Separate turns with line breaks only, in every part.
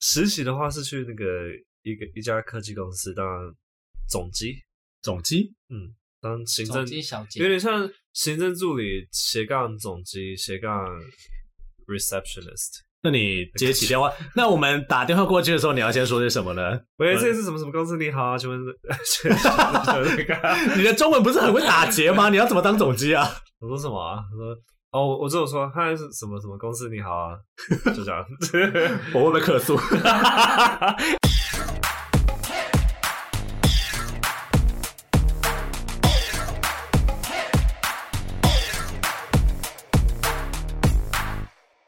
实习的话是去那个一个一家科技公司当总机，
总机
嗯，当行
总
政，
机小姐
有，点像行政助理斜杠总机斜杠 receptionist。
那你接起电话， 那我们打电话过去的时候，你要先说些什么呢？
喂，这是什么什么公司？你好啊，请问， 请问那个，
你的中文不是很会打结吗？你要怎么当总机啊？
我说什么啊？我说哦，我我只有说嗨，是什么什么公司？你好啊，就这样。
我会不会客诉？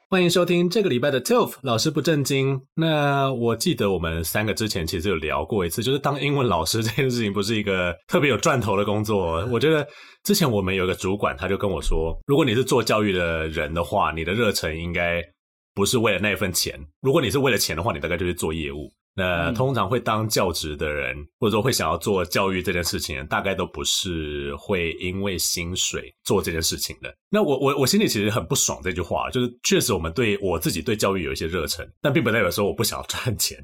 欢迎收听这个礼拜的 TILF 老师不正经。那我记得我们三个之前其实有聊过一次，就是当英文老师这件事情不是一个特别有赚头的工作。我觉得之前我们有一个主管，他就跟我说，如果你是做教育的人的话，你的热忱应该不是为了那一份钱。如果你是为了钱的话，你大概就是做业务。那
嗯
通常会当教职的人，或者说会想要做教育这件事情的人，大概都不是会因为薪水做这件事情的。那我我我心里其实很不爽这句话，就是确实我们对我自己对教育有一些热忱，但并不代表说我不想要赚钱，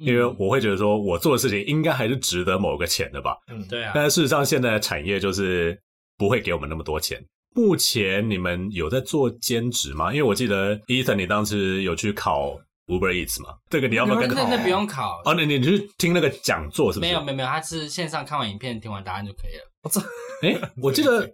嗯
因为我会觉得说我做的事情应该还是值得某个钱的吧。
嗯，对啊，
但是事实上，现在的产业就是不会给我们那么多钱。目前你们有在做兼职吗？因为我记得 Ethan 你当时有去考 Uber Eats 嘛，这个你要不要
那
跟
啊那那不用考，
哦，那你去听那个讲座是不是？
没有没有没有，他是线上看完影片，听完答案就可以了。
有。哎，我记得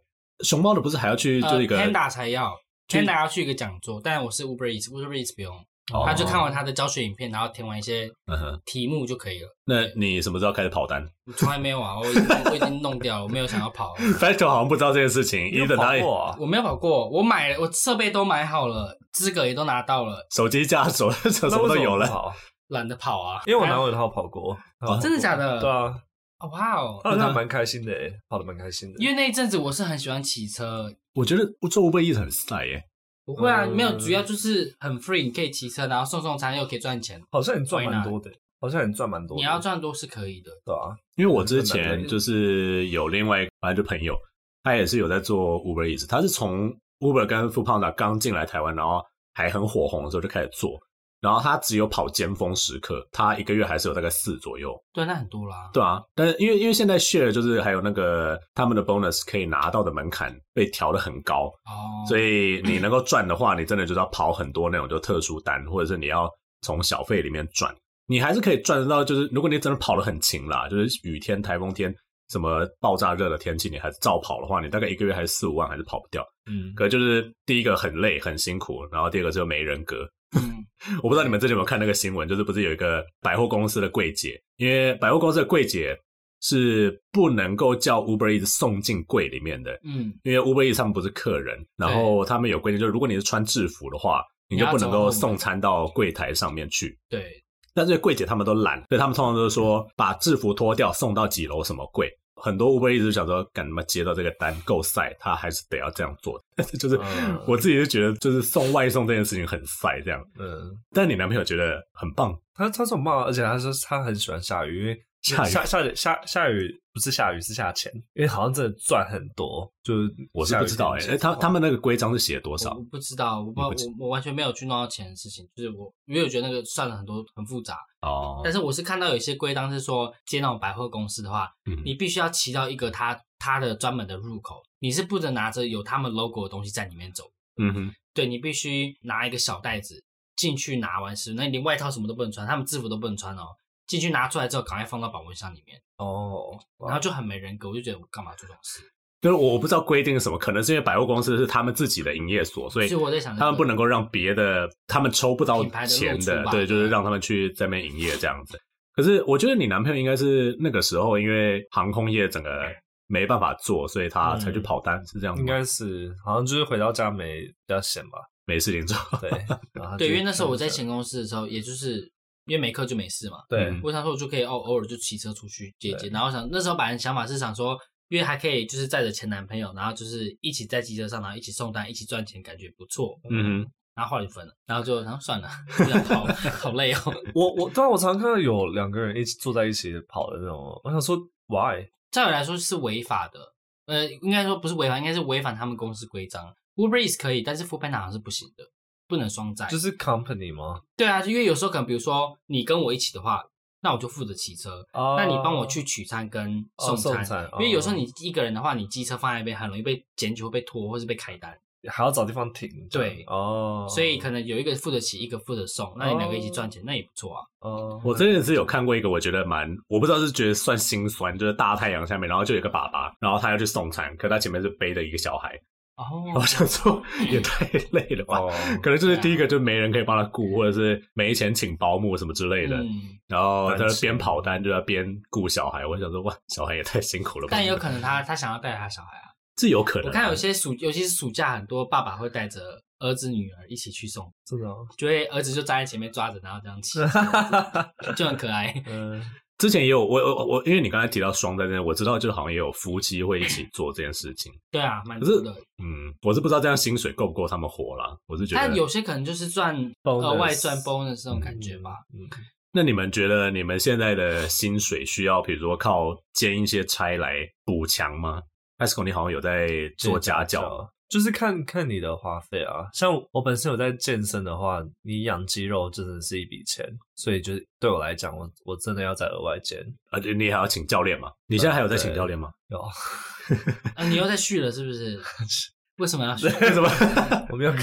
熊猫的不是还要去
呃
做一个
Panda 才要，Panda 要去一个讲座，但我是 Uber Eats，Uber Eats 不用，
哦
他就看完他的教学影片，然后填完一些
嗯哼，
题目就可以了。
那你什么时候开始跑单？
从来没有啊，我已经我已经弄掉了，我没有想要跑，
f a c t o 好像不知道这件事情
你有
，Ethan 他
跑
也
过啊？
我没有跑过，我买了，我设备都买好了，资格也都拿到了，
手机架手 什
那
么
为
都
什么
有
不
了。
跑，
懒得跑啊。
因为我男友他跑过，
哦
真的假的？
对，啊，
哦哇哦，
他好像蛮开心的诶，跑的蛮开心的。
因为那一阵子我是很喜欢骑车，
我觉得做 Uber Eats 很欸帅耶，
不会啊，
嗯
没有，主要就是很 free，你可以骑车，然后送送餐又可以赚钱，
好像你赚
Why
蛮
not？
多的，好像你赚蛮多的。
你要赚多是可以的。
对啊，
因为我之
很难
前
的
就是有另外一个反正就朋友，他也是有在做 Uber Eats，他是从 Uber 跟 f o o p a n d a 刚进来台湾，然后还很火红的时候就开始做，然后他只有跑尖峰时刻，他一个月还是有大概四左右，
对，那很多啦。
对啊，但是因为因为现在 share 就是还有那个他们的 bonus 可以拿到的门槛被调得很高，
哦，
所
以
以你能够赚的话，你真的就是要跑很多那种就特殊单，或者是你要从小费里面赚，你还是可以赚得到。就是如果你真的跑得很勤啦，就是雨天、台风天、什么爆炸热的天气，你还是照跑的话，你大概一个月还是四五万还是跑不掉。
嗯，
可就是第一个很累很辛苦，然后第二个就没人格。
嗯，
我不知道你们之前有没有看那个新闻，就是不是有一个百货公司的柜姐，因为百货公司的柜姐是不能够叫 Uber Eats 送进柜里面的，
嗯，
因为 Uber Eats 他们不是客人，然后他们有规定，就是如果你是穿制服的话，你就不能够送餐到柜台上面去。
对，
但是柜姐他们都懒，所以他们通常都是说把制服脱掉送到几楼什么柜。很多 Uber Eats 就想说，干他妈接到这个单够晒，他还是得要这样做。 但是就是、
嗯
我自己就觉得，就是送外送这件事情很晒这样。
嗯，
但你男朋友觉得很棒，
他他说骂，而且他说他很喜欢下雨，因为
下雨
下下下下雨不是下雨是下钱，因为好像真的赚很多，就是
我是不知道哎、
欸
下雨
诶他他们那个规章是写多
我
少
我？不知道，我不
你不知
我我完全没有去弄到钱的事情，就是我因为我觉得那个算了很多很复杂，
哦，
但是我是看到有一些规章是说，接那种百货公司的话，
嗯
你必须要骑到一个它它的专门的入口，你是不能拿着有他们 logo 的东西在里面走，
嗯哼，
对你必须拿一个小袋子进去拿完食物，那你连外套什么都不能穿，他们制服都不能穿哦。进去拿出来之后，赶快放到保温箱里面，
哦，
然后就很没人格，我就觉得我干嘛做这种事？
就是我我不知道规定是什么，可能是因为百货公司是他们自己的营业所，所以
所以我在想这个
他们不能够让别的，他们抽不到
品牌的
钱
露出
的，
吧嗯
对，就是让他们去在那边营业这样子。可是我觉得你男朋友应该是那个时候，因为航空业整个没办法做，所以他
嗯
才去跑单，是
哦
这样子
应
吗？
该是好像就是回到家没比较闲吧，
没事情做，
对，然啊后他就
对，因为那时候我在
看一下
前公司的时候，也就是因为没课就没事嘛，
对，
嗯
我想说我就可以偶偶尔就骑车出去接接，
对
然后想那时候本来想法是想说，因为还可以就是载着前男朋友，然后就是一起在机车上，然后一起送单，一起赚钱，感觉不错。
嗯哼，
然后后来就分了，然后就然后算了， 不想跑，好累哦。
我我当然我常常看到有两个人一起坐在一起跑的那种，我想说 why？
照理来说是违法的，呃，应该说不是违法，应该是违反他们公司规章。Uber Eats 可以，但是 f o o p a n d a 好像是不行的。不能双载。
就是 company 吗？
对啊，就因为有时候可能比如说你跟我一起的话，那我就负责骑车，
哦
那你帮我去取餐跟
哦
餐。
送餐
因为有时候
哦
你一个人的话，你机车放在那边很容易被检举、会被拖，或是被开单。
还要找地方停。这样
对
哦，
所以可能有一个负责骑，一个负责送，那你两个一起赚钱，那也不错啊。
哦，
我之前是有看过一个，我觉得蛮，我不知道是觉得算心酸，就是大太阳下面，然后就有一个爸爸，然后他要去送餐，可他前面是背着一个小孩，然后，
哦
想说也太累了吧，
哦
可能
啊
就是第一个就没人可以帮他顾，或者是没钱请保姆什么之类的，
嗯，
然后他
单
就
亲
边跑单就要边顾小孩，我想说哇，小孩也太辛苦了吧，
但也有可能他他想要带着他小孩啊。
是有可能啊、
我看有些暑，尤其是暑假，很多爸爸会带着儿子女儿一起去送，
真的 哦，
就会儿子就站在前面抓着，然后这 样骑，
啊
就很可爱。
嗯，
之前也有我我我，因为你刚才提到双在那，我知道就好像也有夫妻会一起做这件事情。
对啊，蛮
可是
多的。
嗯，我是不知道这样薪水够不够他们活啦。我是觉得
但有些可能就是赚
Bonus
额外赚 bonus 这种感觉吧。
嗯那你们觉得你们现在的薪水需要，比如说靠兼一些差来补强吗 p a s c o 你好像有在做家教，，
就是看看你的花费啊。像我本身有在健身的话，你养肌肉真的是一笔钱，所以就是对我来讲，我我真的要再额外减。
而且啊你还要请教练吗？你现在还有在请教练吗？
有，
啊，你又在续了是不是？为什么要续？
为 什么？
我没有跟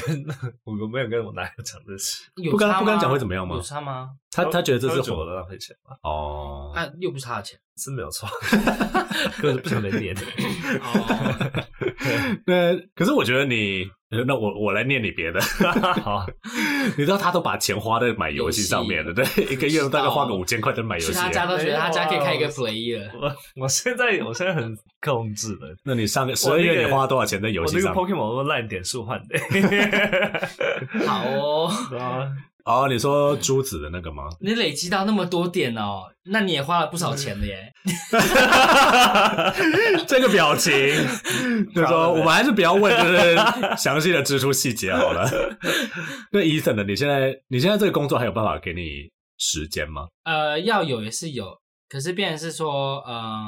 我没有跟我男友讲这事，
有
不跟
差
不跟
吗
讲会怎么样吗
有差吗？
他他觉得这
他
是
会觉得
火
我在浪费钱吧，
哦，
啊，又不是他 的钱。
是没有错，可是不想被念。
哦，
那可是我觉得你，呃那我我来念你别的。
好，
你知道他都把钱花在买游戏上面了，对，一个月大概花个五千块在买游
去
戏。啊
他家都觉得他家可以开一个
没有啊
play 了。
我我现在我现在很控制的，
那你上个十二
我那
月
个
你花多少钱在游
我
戏
哦那个
上？
Pokemon 都烂点数换 的。
好哦，
对啊，
哦，你说珠子的那个吗？
你累积到那么多点哦，那你也花了不少钱了耶。
这个表 情，就说我们还是不要问，就是 详细的支出细节好 了。那 Ethan 呢？你现在你现在这个工作还有办法给你时间吗？
呃，要有也是有，可是变成是说，呃，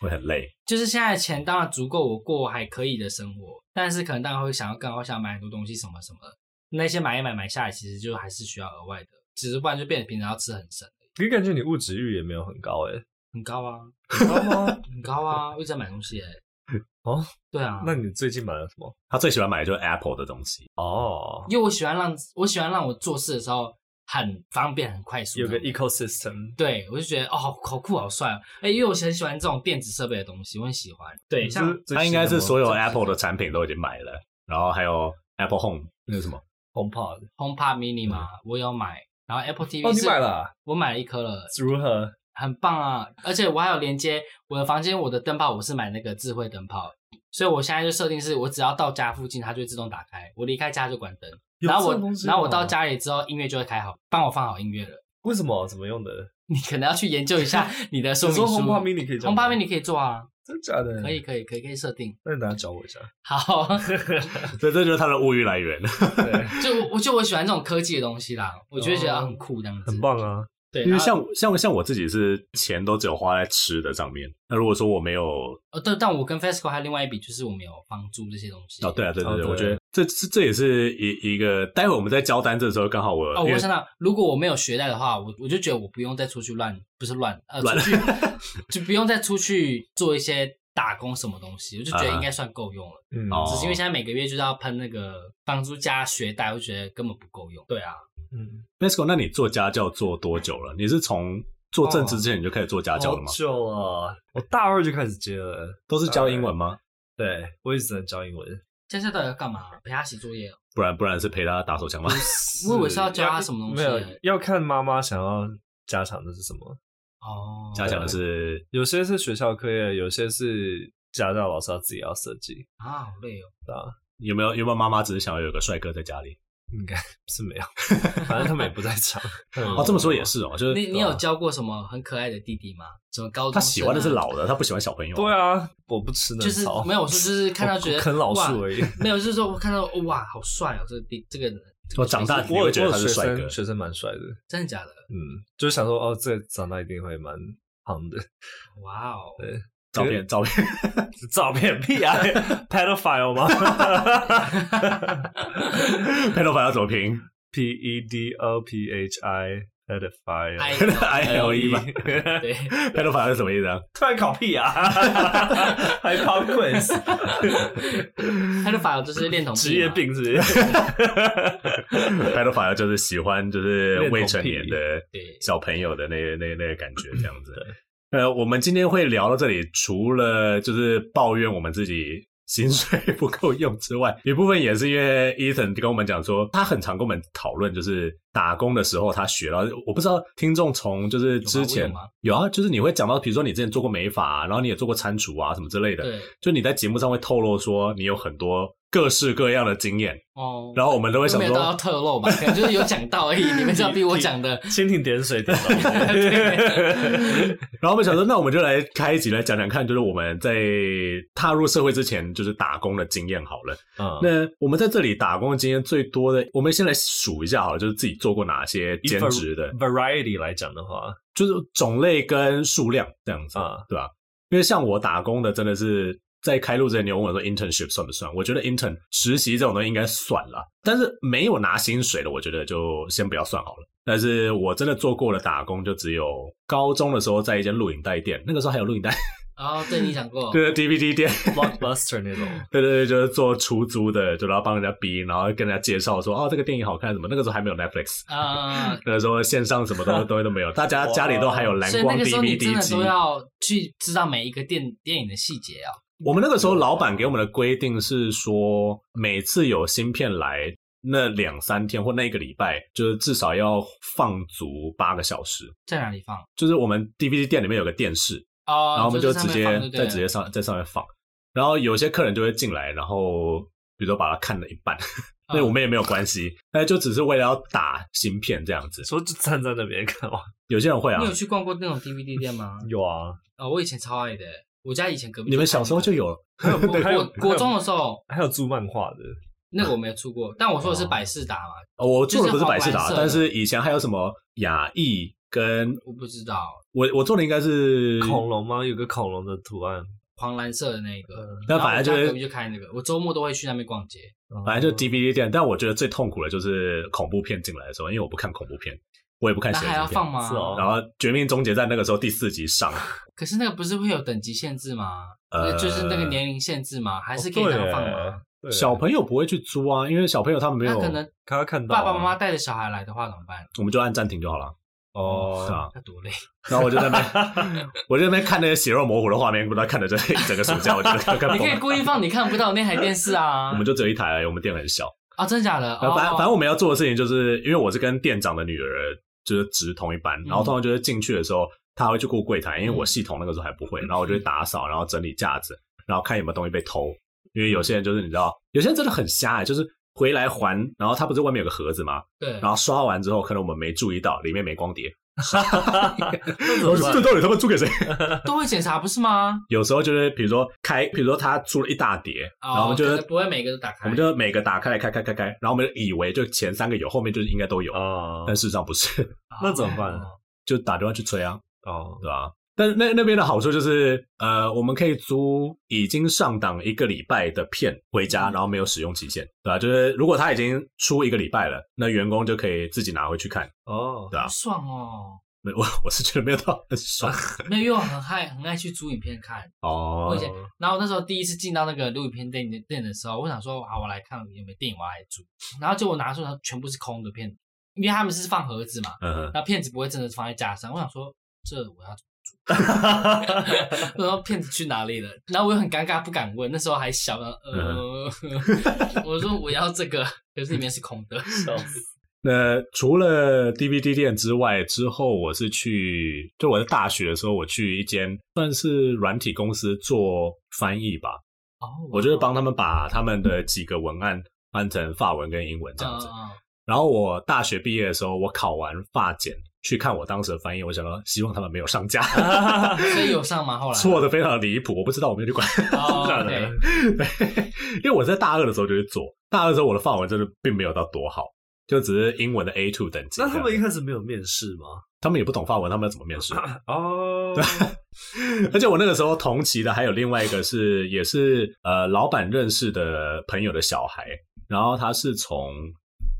会很累，
就是现在的钱当然足够我过还可以的生活，但是可能当然会想要更好，想买很多东西什么什么的，那些买一买买下来，其实就还是需要额外的，只是不然就变得平常要吃很省，
你感觉你物质欲也没有很高哎、
很高啊，
很高吗？
很高啊，一直在买东西耶、
哦，
对啊，
那你最近买了什么？
他最喜欢买的就是 Apple 的东西。
哦，
因为我喜欢让我喜欢让我做事的时候很方便很快速，
有个 ecosystem，
对，我就觉得哦，好好酷，好帅、哦！哎、因为我很喜欢这种电子设备的东西，我很喜欢。对，像
他应该是所有
这
Apple 的产品都已经买了，然后还有 Apple Home 那个什
哦
么
HomePod。
HomePod Mini 嘛，我有买，然后 Apple TV
嗯哦，你
是
买了啊？
我买了一颗了，
如何？
很棒啊！而且我还有连接我的房间，我的灯泡我是买那个智慧灯泡，所以我现在就设定是我只要到家附近，它就会自动打开；我离开家就关灯。
有
然后我
这种东西，
然后我
哦
到家里之后，音乐就会开好，帮我放好音乐了。
为什么？怎么用的？
你可能要去研究 一下你的说
你
明书。
说 HomePod mini 可以这样吗嗯
HomePod mini 可以做啊，
真假的？
可以，。可以，可以，可以设定。
那你等下教我一下。
好，
所以这就是他的物欲来源。
对，
就我就我喜欢这种科技的东西啦，我就会觉得
哦
啊很酷这样子，
很。棒啊！
对，
因为
然后
像像像我自己是钱都只有花在吃的上面。那如果说我没有哦，
呃，但但我跟 FESCO 还有另外一笔，就是我们有房租这些东西。
对啊，对对
哦
对，
对
我觉得这这这也是一一个，待会我们在交单子的时候，刚好我
哦，
因
我
为
想到，如果我没有学贷的话，我我就觉得我不用再出去乱，不是乱，呃，出 去就不用再出去做一些打工什么东西，我就觉得
啊哈
应该算够用了。
嗯，
哦
只是因为现在每个月就是要喷那个房租加学贷，我就觉得根本不够用。对啊，
嗯，
Vesco，那你做家教做多久了？你是从做
哦
正职之前你就开始做家教了吗
好？久了，我大二就开始接了。
都是教英文吗？
呃
对，我一直在教英文。
家教到底要干嘛？陪他写作业哦？
不然不然是陪他打手枪吗？
嗯我以为是要教他什么东
没
西
有，要看妈妈想要加强的是什么。
哦，
家教的是
有些是学校课业，有些是家教老师要自己要设计，
啊，好累哦。
对吧？
有没有有没有妈妈只是想要有个帅哥在家里？
应该是没有，反正他们也 不在场。嗯
哦，这么说也是哦，就是啊
你你有教过什么很可爱的弟弟吗？什么高中、啊
他喜欢的是，老的，他不喜欢小朋友。
对，啊，我不吃嫩
就是
草，
没有，我说就是看到觉得
我啃老树
哇
而已。
没有，就是说我看到哇，好帅哦，这个弟这个人。
我哦长大
我
你
有
会觉得他是
学
帅哥
生，学生蛮帅的，
真的假的？
嗯，就是想说哦，这长大一定会蛮胖的。
哇哦！
对
照
觉
片照片，
照片屁啊，pedophile 吗
配头发要怎么拼
？P E D O P H I pedophile，
I
？I L E 吧？
对，
配头发是什么意思啊？
突然考屁啊， 还考 quiz，
他的法友就是恋童癖嘛
职业，病是不是？
配头发就是喜欢就是未成年的
对，
小朋友的那个那那个感觉这样子。呃，我们今天会聊到这里，除了就是抱怨我们自己薪水不够用之外，一部分也是因为 Ethan 跟我们讲说，他很常跟我们讨论，就是打工的时候他学到，我不知道听众从就是之前
有吗
有啊，就是你会讲到，比如说你之前做过美发、然后你也做过餐厨啊什么之类的，
对，
就你在节目上会透露说你有很多各式各样的经验，
哦，
然后我们都会
就
想
没有到
说，
特漏吧，可能就是有讲到而已，你们这样比我讲的，
蜻蜓点水点到底
对。
然后我们想说，那我们就来开一集来讲讲看，就是我们在踏入社会之前，就是打工的经验好了。
嗯，
那我们在这里打工的经验最多的，我们先来数一下好了，就是自己做过哪些
以
兼
var-
职的，
variety 来讲的话，
就是种类跟数量这样子，
啊
对吧？因为像我打工的，真的是在开录之前，你有问我说 internship 算不算？我觉得 intern 实习这种东西应该算了，但是没有拿薪水的，我觉得就先不要算好了。但是我真的做过的打工，就只有高中的时候在一间录影带店，那个时候还有录影带，
哦，对你讲过，
就是 DVD 店，
blockbuster 那种，
对对对，就是做出租的，就然后帮人家逼，然后跟人家介绍说，哦，这个电影好看什么。那个时候还没有 Netflix，
啊，
那个时候线上什么东西东西都没有，大家
哇
家里都还有蓝
所以那
光
个时候你
DVD
真的
机
都。要去知道每一个电电影的细节啊。
我们那个时候老板给我们的规定是说，每次有新片来。那两三天或那一个礼拜，就是至少要放足八个小时。
在哪里放？
就是我们 DVD 店里面有个电视，
哦，
然后我们
就
直接在直接
接
上在上面放，然后有些客人就会进来，然后比如说把它看了一半，那
嗯
我们也没有关系，那就只是为了要打芯片这样子。
说就站在那边看哇，
有些人会啊
你有，去逛过那种 DVD 店吗？
有啊，
啊，我以前超爱的，我家以前隔壁。
你们小时候就
有？
有了
还有还有
我国中的时候，
还有租漫画的，
那个我没有出过，但我说的是百事达嘛，
哦我做的不是百事达
就是，黄蓝
但
色的
是以前还有什么雅艺跟
我不知道
我我做的应该是
恐龙吗？有个恐龙的图案，
黄蓝色的那个。
那
然
嗯
后
反正
我
就是
家
哦
隔壁就开那个，我周末都会去那边逛街。
反正就 DVD 店，但我觉得最痛苦的就是恐怖片进来的时候，因为我不看恐怖片，我也不看
那
血
还要
腥
放
片。
吗？
是哦
然后《绝命终结站》那个时候第四集上，
可是那个不是会有等级限制吗？
呃哦
那就是那个年龄限制吗？还是可以这样放吗？
对耶？
小朋友不会去租啊，因为小朋友他们没
那
有，
可能
他要看到啊
爸爸妈妈带着小孩来的话怎么 办？
我们就按暂停就好了。是
哦，
啊，
那多累。
然后我就在那边， 我就在那边看那些血肉模糊的画面，不知道看了这 一整个暑假，我觉得看
你可以
疯了。
故意放你看不到那台电视啊
我们就只有一台而已，我们店很小。
啊，真的假的？
然后反
哦
正反正我们要做的事情就是，因为我是跟店长的女儿就是值同一
嗯
班，然后通常就是进去的时候，她会去顾柜台，因为我系统那个时候还不会，然后我
嗯
就会打扫，然后整理架子，然后看有没有东西被偷。因
嗯
为有些人就是你知道，有些人真的很瞎、欸，就是回来还，然后他不是外面有个盒子吗？
对
然，后刷完之后，可能我们没注意到里面没光碟，
那怎么办？
然后就这到底他们租给谁？
都会检查不是吗？
有时候就是比如说开，比如说他出了一大叠，然后我
哦
们就
可
是
能不会每个都打开，
我们就每个打开来开开开开，然后我们就以为就前三个有，后面就是应该都有，
哦
但事实上不是，
哦
那怎么办
就打电话去催啊，
哦
对吧、但是那那边的好处就是，呃，我们可以租已经上档一个礼拜的片回
嗯
家，然后没有使用期限，对吧、就是如果他已经出一个礼拜了，那员工就可以自己拿回去看。
哦，
啊
好爽哦！
没我 我是觉得没有到很 爽
没有，因为我很爱很爱去租影片看。我
哦
以，前，然后那时候第一次进到那个录影片店的店的时候，我想说，好，我来看有没有电影，我要来租。然后结果拿出来，全部是空的片，因为他们是放盒子嘛，
嗯哼，
那片子不会真的放在架上。我想说，这我要 怎么租，然后骗子去哪里了？然后我又很尴尬，不敢问。那时候还小，
嗯
呃， 我说我要这个，可是里面是空的。
笑死
那除了 DVD 店之外，之后我是去，就我在大学的时候，我去一间算是软体公司做翻译吧，
哦，
我就是帮他们把他们的几个文案翻成法文跟英文这样子。
嗯嗯嗯
然后我大学毕业的时候，我考完法检去看我当时的翻译，我想说希望他们没有上架，
嗯所以有上吗？后来
错的非常离谱，我不知道我没有去管。
哦
这样的
对，
对，因为我在大二的时候就去做，大二的时候我的法文真的并没有到多好，就只是英文的 A two 等级这
那
样子。
他们一开始没有面试吗？
他们也不懂法文，他们要怎么面试？
哦，
而且我那个时候同期的还有另外一个是，也是呃老板认识的朋友的小孩，然后他是从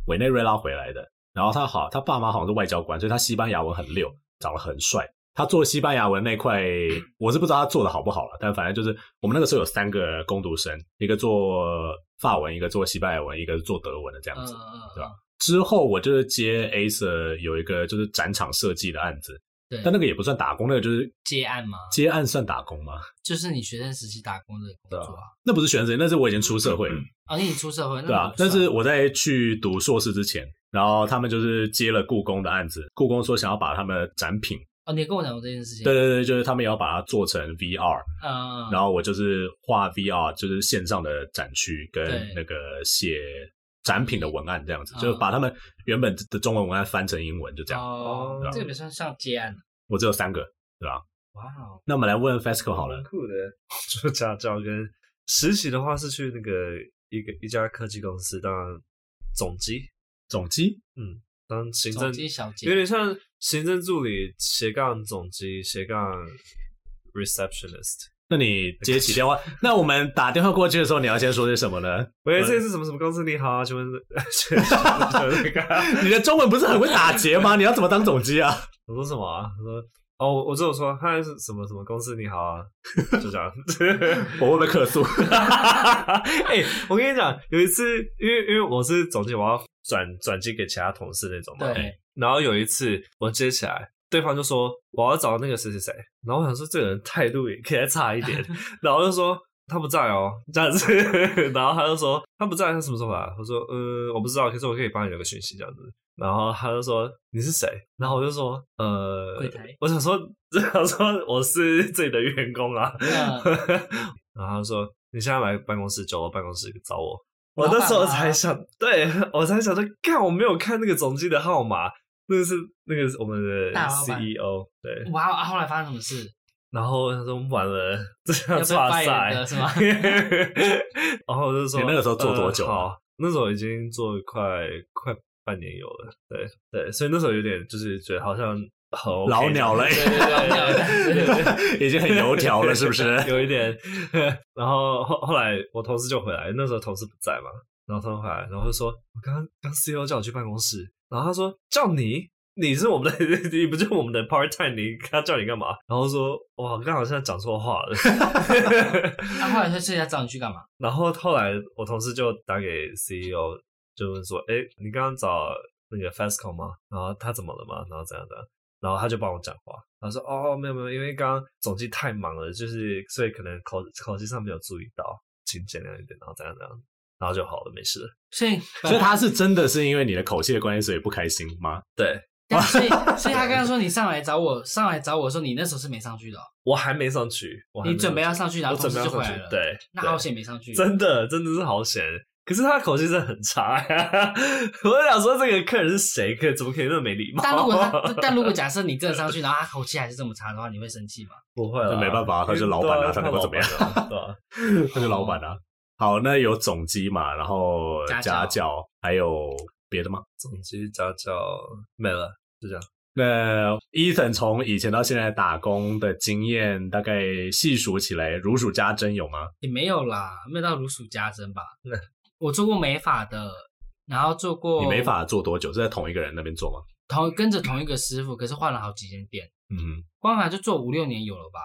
委内瑞拉回来的，然后他好，他爸妈好像是外交官，所以他西班牙文很溜，长得很帅。他做西班牙文那块，我是不知道他做的好不好了，但反正就是我们那个时候有三个攻读生，一个做法文，一个做西班牙文，一个是做德文的这样
嗯
子。
嗯
对啊吧
嗯，
之后我就是接 Acer 有一个就是展场设计的案子，
对，
但那个也不算打工，那个就是
接案吗？
接案算打工吗？
就是你学生时期打工的工作啊。
那不是学生时期，那是我已经出社会了，
啊，你已经出社会，那
对啊
不。算
但是我在去读硕士之前，然后他们就是接了故宫的案子，故宫说想要把他们的展品，
哦，你也跟我讲过这件事情。
对，对对，就是他们也要把它做成 VR，
嗯，
然
后
后我就是画 VR，就是线上的展区跟
对
那个写展品的文案这样子，
嗯
就是把他们原本的中文文案翻成英文，就这样。
哦
对
啊，
这个也算像接案。
我只有三个，对吧？
哇哦，
那我们来问 FESCO 好了
蛮，酷的。就家教跟实习的话是去那个一个一家科技公司当总机，
总机
当行
总
政，
机小姐
有点像行政助理斜杠总机斜杠 receptionist。
那你接起电话，那我们打电话过去的时候，你要先说些什么呢？
喂，这里是什么什么公司？你好啊，请问， 请问那个，啊
你的中文不是很会打结吗？你要怎么当总机啊？
我说什么啊？我说哦，我我只有说，嗨，是什么什么公司？你好啊，就这样。
我会不会客诉？
哎、我跟你讲，有一次，因为因为我是总经理，我要转转寄给其他同事那种嘛。哎
对，
然后有一次我接起来，对方就说我要找那个谁谁谁，然后我想说这个人态度也可以再差一点， 然后就说他不在哦，这样子， 然后他就说他不在，他什么时候来？我说呃我不知道，可是我可以帮你留个讯息这样子。然后他就说你是谁？然后我就说呃
柜台，
我想说 我想说我是这里的员工啊，
嗯
然后他说：“你现在来办公室，九楼办公室找我。”
老
我
板
那
吗
时候才想，对我才想说，看我没有看那个总机的号码，那个是那个是我们的
大老板
CEO 对。
哇哦，啊，后来发生什么 事？
然后他说完了，这样
要被
差
fire
赛
的是吗？
然后我就说
你那个时候做多久啊
呃好，那时候已经做快快半年有了，对对，所以那时候有点就是觉得好像很 OK？
老鸟了，
对对对对对 对，
已经很油条了，是 不是
有一点。然后后后来我同事就回来，那时候同事不在嘛，然后他们回来，然后就说：“啊我刚刚刚 CEO 叫我去办公室，然后他说叫你，你是我们的， 你不就是我们的 part time，你他叫你干嘛？”然后说：“哇，刚好像讲错话了。
那后来他现在找你去干嘛？”
然后后来我同事就打给 CEO，就问说：“哎、你刚刚找那个 FESCO 吗？然后他怎么了吗？然后怎样怎样？”然后他就帮我讲话，然后说：“哦，没有没有，因为刚刚总计太忙了，就是所以可能口口气上没有注意到，请见谅一点，然后怎样怎样，然后就好了，没事了。
所以
所以他是真的是因为你的口气的关系，所以不开心 吗？
对
但所以所以他刚刚说你上来找我，上来找我说你那时候是没上去的哦，
我还没上去，我还没
你准备要上去，然
我
后同
准备要
事就回
上去
来了，，
对，
那
对
好险没上去，
真的真的是好险。可是他的口气真的很差、呀， 我就想说这个客人是谁？可怎么可以那么没礼貌？
但如果他，但如果假设你真的 上去，然后他口气还是这么差的话，你会生气吗？
不会了，
那没办法他是老板啊他能够怎么样
样？ 对啊，
那个老板啊，好，那有总机嘛，然后
家教
家教，还有别的吗？
总之家教没了，就这样。
那 Ethan 从以前到现在打工的经验，大概细数起来，如数家珍有吗？
也没有啦，没有到如数家 珍吧。我做过美发的，然后做过
你没法做多久？是在同一个人那边做吗？
同跟着同一个师傅，可是换了好几间店，
嗯
光啊法就做五六年有了吧。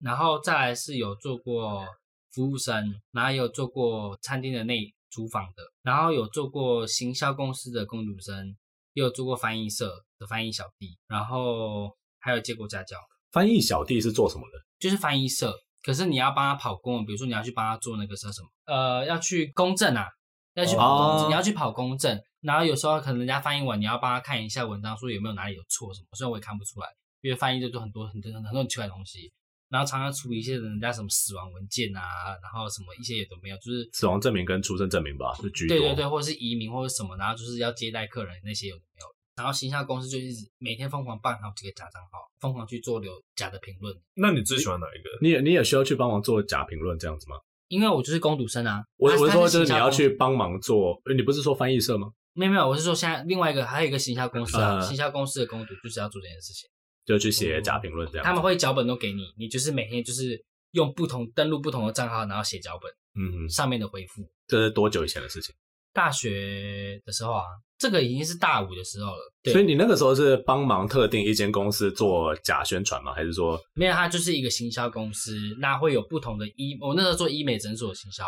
然后再来是有做过服务生，然后也有做过餐厅的内厨房的，然后有做过行销公司的工读生，也有做过翻译社的翻译小弟，然后还有接过家教。
翻译小弟是做什么的？
就是翻译社，可是你要帮他跑公文，比如说你要去帮他做那个叫什么，呃，要去公证啊，要去跑公证，
哦
你要去跑公证，然后有时候可能人家翻译完，你要帮他看一下文章，说有没有哪里有错什么，虽然我也看不出来，因为翻译就做很多很多很多很奇怪的东西，然后常常处理一些人家什么死亡文件啊，然后什么一些也都没有，就是
死亡证明跟出生证明吧，是居多。
对对对，或者是移民或者什么，然后就是要接待客人那些有的没有的。然后形象公司就一直每天疯狂办好几个假账号，疯狂去做留假的评论，
那你最喜欢哪一个？
你也你也需要去帮忙做假评论这样子吗？
因为我就是攻读生啊。
我
他
我
他
说就是
行
你
销
要
公司
去帮忙做，呃你不是说翻译社吗？
没有没有，我是说现在另外一个还有一个行销公司啊，
嗯
行销公司的攻读就是要做这件事情，
就去写假评论这样子。
嗯他们会脚本都给你，你就是每天就是用不同登录不同的账号，然后写脚本
嗯，
上面的回复。
这是多久以前的事情？
大学的时候啊，这个已经是大五的时候了，对，
所以你那个时候是帮忙特定一间公司做假宣传吗？还是说，
没有，它就是一个行销公司，那会有不同的医，我那时候做医美诊所的行销，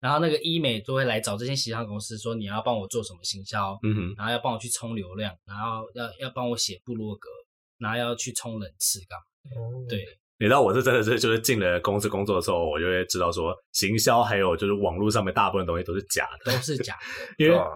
然后那个医美都会来找这些行销公司说你要帮我做什么行销，
嗯哼，
然后要帮我去冲流量，然后要要帮我写部落格，然后要去冲人次干嘛？对，
你知道我是真的是就是进了公司工作的时候，我就会知道说行销还有就是网络上面大部分东西都是假
都
的，
是假的。
因为
哇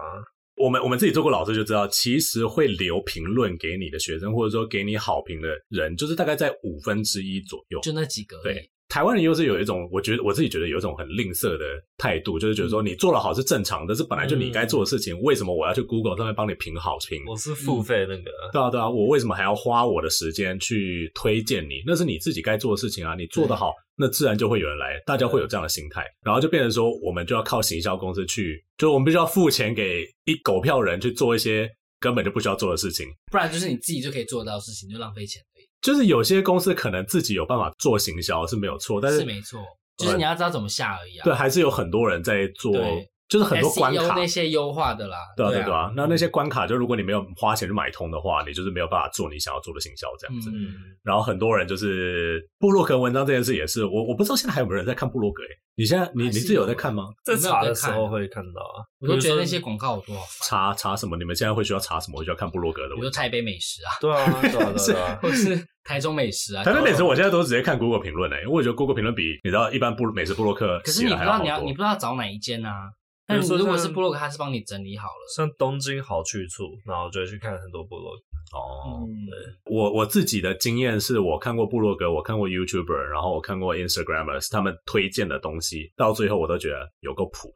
我们我们自己做过老师就知道，其实会留评论给你的学生，或者说给你好评的人，就是大概在五分之一左右。
就那几个而已，
对，台湾人又是有一种，我觉得我自己觉得有一种很吝啬的态度，就是觉得说你做得好是正常的，这本来就你该做的事情，为什么我要去 Google 上面帮你评好评？
我是付费那个，
对啊，对啊，我为什么还要花我的时间去推荐你？那是你自己该做的事情啊，你做得好，那自然就会有人来，大家会有这样的心态，然后就变成说，我们就要靠行销公司去，就是我们必须要付钱给一狗票人去做一些根本就不需要做的事情。
不然就是你自己就可以做得到的事情，就浪费钱而已，
就是有些公司可能自己有办法做行销是没有错，但是
是没错。就是你要知道怎么下而已啊。
对，还是有很多人在做
对，
就是很多关
SEO
卡
那。些优化的啦，
对啊，
对嗯
对啊，那那些关卡，就如果你没有花钱去买通的话，你就是没有办法做你想要做的行销这样子。
嗯，
然后很多人就是部落格文章这件事也是，我我不知道现在还有没有人在看部落格、欸、你现在你
还
你
是
自己有
有
在
的
看吗？
在查的时候会看到啊。
我都觉得那些
比如说
广告有多好烦，
查查什么？你们现在会需要查什么？我需要看部落格的
比如说
文章。
台北美食啊，
对啊， 对啊，对啊，
或是台中美食啊。
台北美食
搞不好
我现在都直接看 Google 评论诶、欸因为我觉得 Google 评论比你知道一般部美食部落客
可是你
写的
不
还
知
要
道
好
你要你
多
不。知道找哪一间啊？
比
但
如
你
说
如果
像
是部落格，它是帮你整理好了。
像东京好去处，然后就会去看很多部落格。
哦，
嗯，
我我自己的经验是我看过部落格，我看过 YouTuber，然后我看过 Instagramers，他们推荐的东西，到最后我都觉得有够普。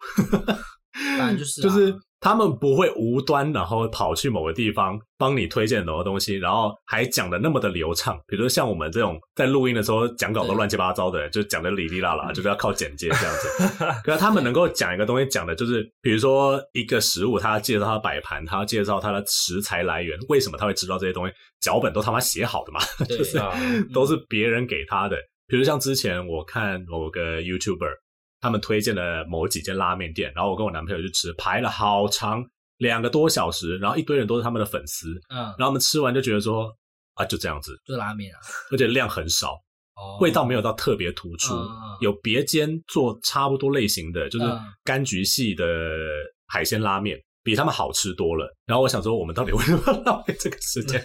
当然就是啊
就是他们不会无端然后跑去某个地方帮你推荐某个东西，然后还讲的那么的流畅。比如说像我们这种在录音的时候讲稿都
对嗯
乱七八糟的人，就讲的哩哩啦啦，就是要靠剪接这样 子。可是他们能够讲一个东西，讲的就是比如说一个食物，他要介绍它的摆盘，他要介绍它的食材来源，为什么他会知道这些东西，脚本都他妈写好的嘛。
对
是啊，
都
嗯
是别人给他的。比如像之前我看某个 YouTuber，他们推荐了某几间拉面店，然后我跟我男朋友去吃，排了好长两个多小时，然后一堆人都是他们的粉丝，
嗯，
然后我们吃完就觉得说啊就这样子，
就拉面啊，
而且量很少，
哦，
味道没有到特别突出
嗯嗯嗯。
有别间做差不多类型的，就是
嗯
柑橘系的海鲜拉面。比他们好吃多了，然后我想说，我们到底为什么要浪费这个时间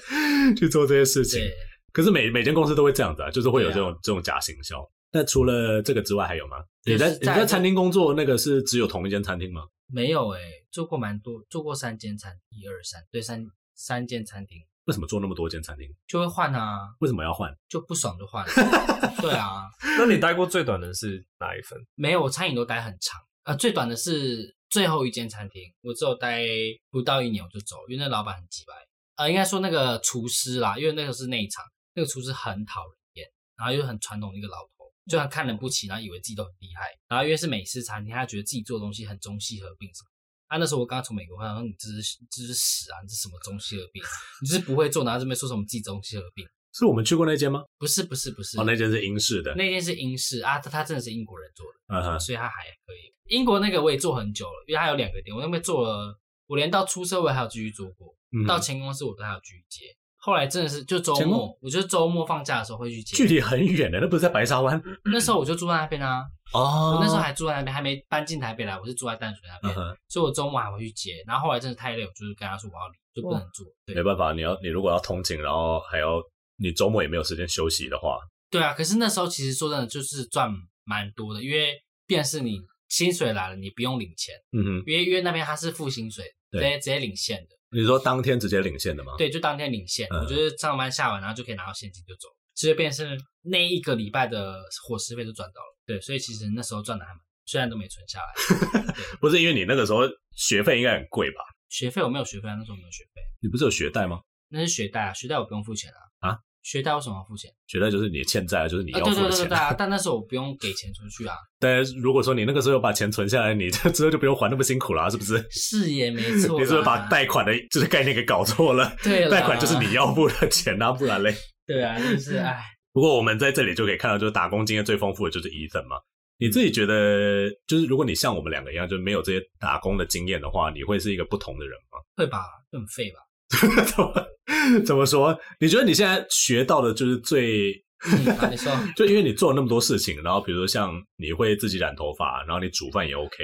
去做这些事情？
对，
可是每每间公司都会这样子啊，就是会有这种、
对
这种假行销。那除了这个之外，还有吗？
就
你
是
在
在
你在餐厅工作，那个是只有同一间餐厅吗？
没有哎，做过蛮多，做过三间餐，一二三，对，三三间餐厅
为什么做那么多间餐厅？
就会换啊，
为什么要换？
就不爽就换啊。对啊，
那你待过最短的是哪一份？
没有，我餐饮都待很长，呃，最短的是最后一间餐厅，我只有待不到一年我就走，因为那老板很鸡掰，呃，应该说那个厨师啦，因为那个是内场，那个厨师很讨人厌，然后又很传统的一个老头，就很看人不起，然后以为自己都很厉害，然后因为是美式餐厅，他觉得自己做的东西很中西合并什么。啊，那时候我刚从美国回来，我说你这是这是屎啊！你这是什么中西合并？你这是不会做，然后这边说什么自己中西合并？
是我们去过那间吗？
不是不是不是，
哦，那间是英式的。
那间是英式啊，他他真的是英国人做的。
嗯哼，
所以它还可以。英国那个我也做很久了，因为它有两个店，我那边做了，我连到出社会还有继续做过，
嗯
到前公司我都还有继续接。后来真的是就周
前
末
公，
我就周末放假的时候会去接。
距离很远的，那不是在白沙湾
那时候我就住在那边啊，
哦
我那时候还住在那边，还没搬进台北来，我是住在淡水那
嗯
边，
哼，
所以我周末还会去接。然后后来真的太累，我就是跟他说我要离，就不能做。对
哦没办法，你要你如果要通勤，然后还要你周末也没有时间休息的话，
对啊，可是那时候其实说真的就是赚蛮多的，因为便是你薪水来了，你不用领钱，
嗯哼，
因为因为那边他是付薪水，直
对
接直接领现的。
你说当天直接领现的吗？，
对，就当天领现，
嗯
我就是上班下完，然后就可以拿到现金就走，所以变成那一个礼拜的伙食费就赚到了。对，所以其实那时候赚的还蛮，虽然都没存下来。对，
不是因为你那个时候学费应该很贵吧？
学费我没有学费啊，那时候没有学费，
你不是有学贷吗？
那是学贷啊，学贷我不用付钱啊。
啊，
学贷为什么要付钱？
学贷就是你欠债，就是你
啊，
要
对
付
对
的
对
钱。
对 啊！但那时候我不用给钱出去啊，
但如果说你那个时候有把钱存下来，你这之后就不用还那么辛苦啦，啊是不是？
是也没错啦。
你是不是把贷款的这个概念给搞错了？
啊对啦 啊
贷款就是你要付的钱啊，不然嘞。
对啊，就是哎，
不过我们在这里就可以看到，就是打工经验最丰富的就是 Ethan 嘛。你自己觉得，就是如果你像我们两个一样，就是没有这些打工的经验的话，你会是一个不同的人吗？
会吧，会很废吧？
怎么 怎么说？你觉得你现在学到的就是最
嗯好你说，
就因为你做了那么多事情，然后比如说像你会自己染头发，然后你煮饭也 OK，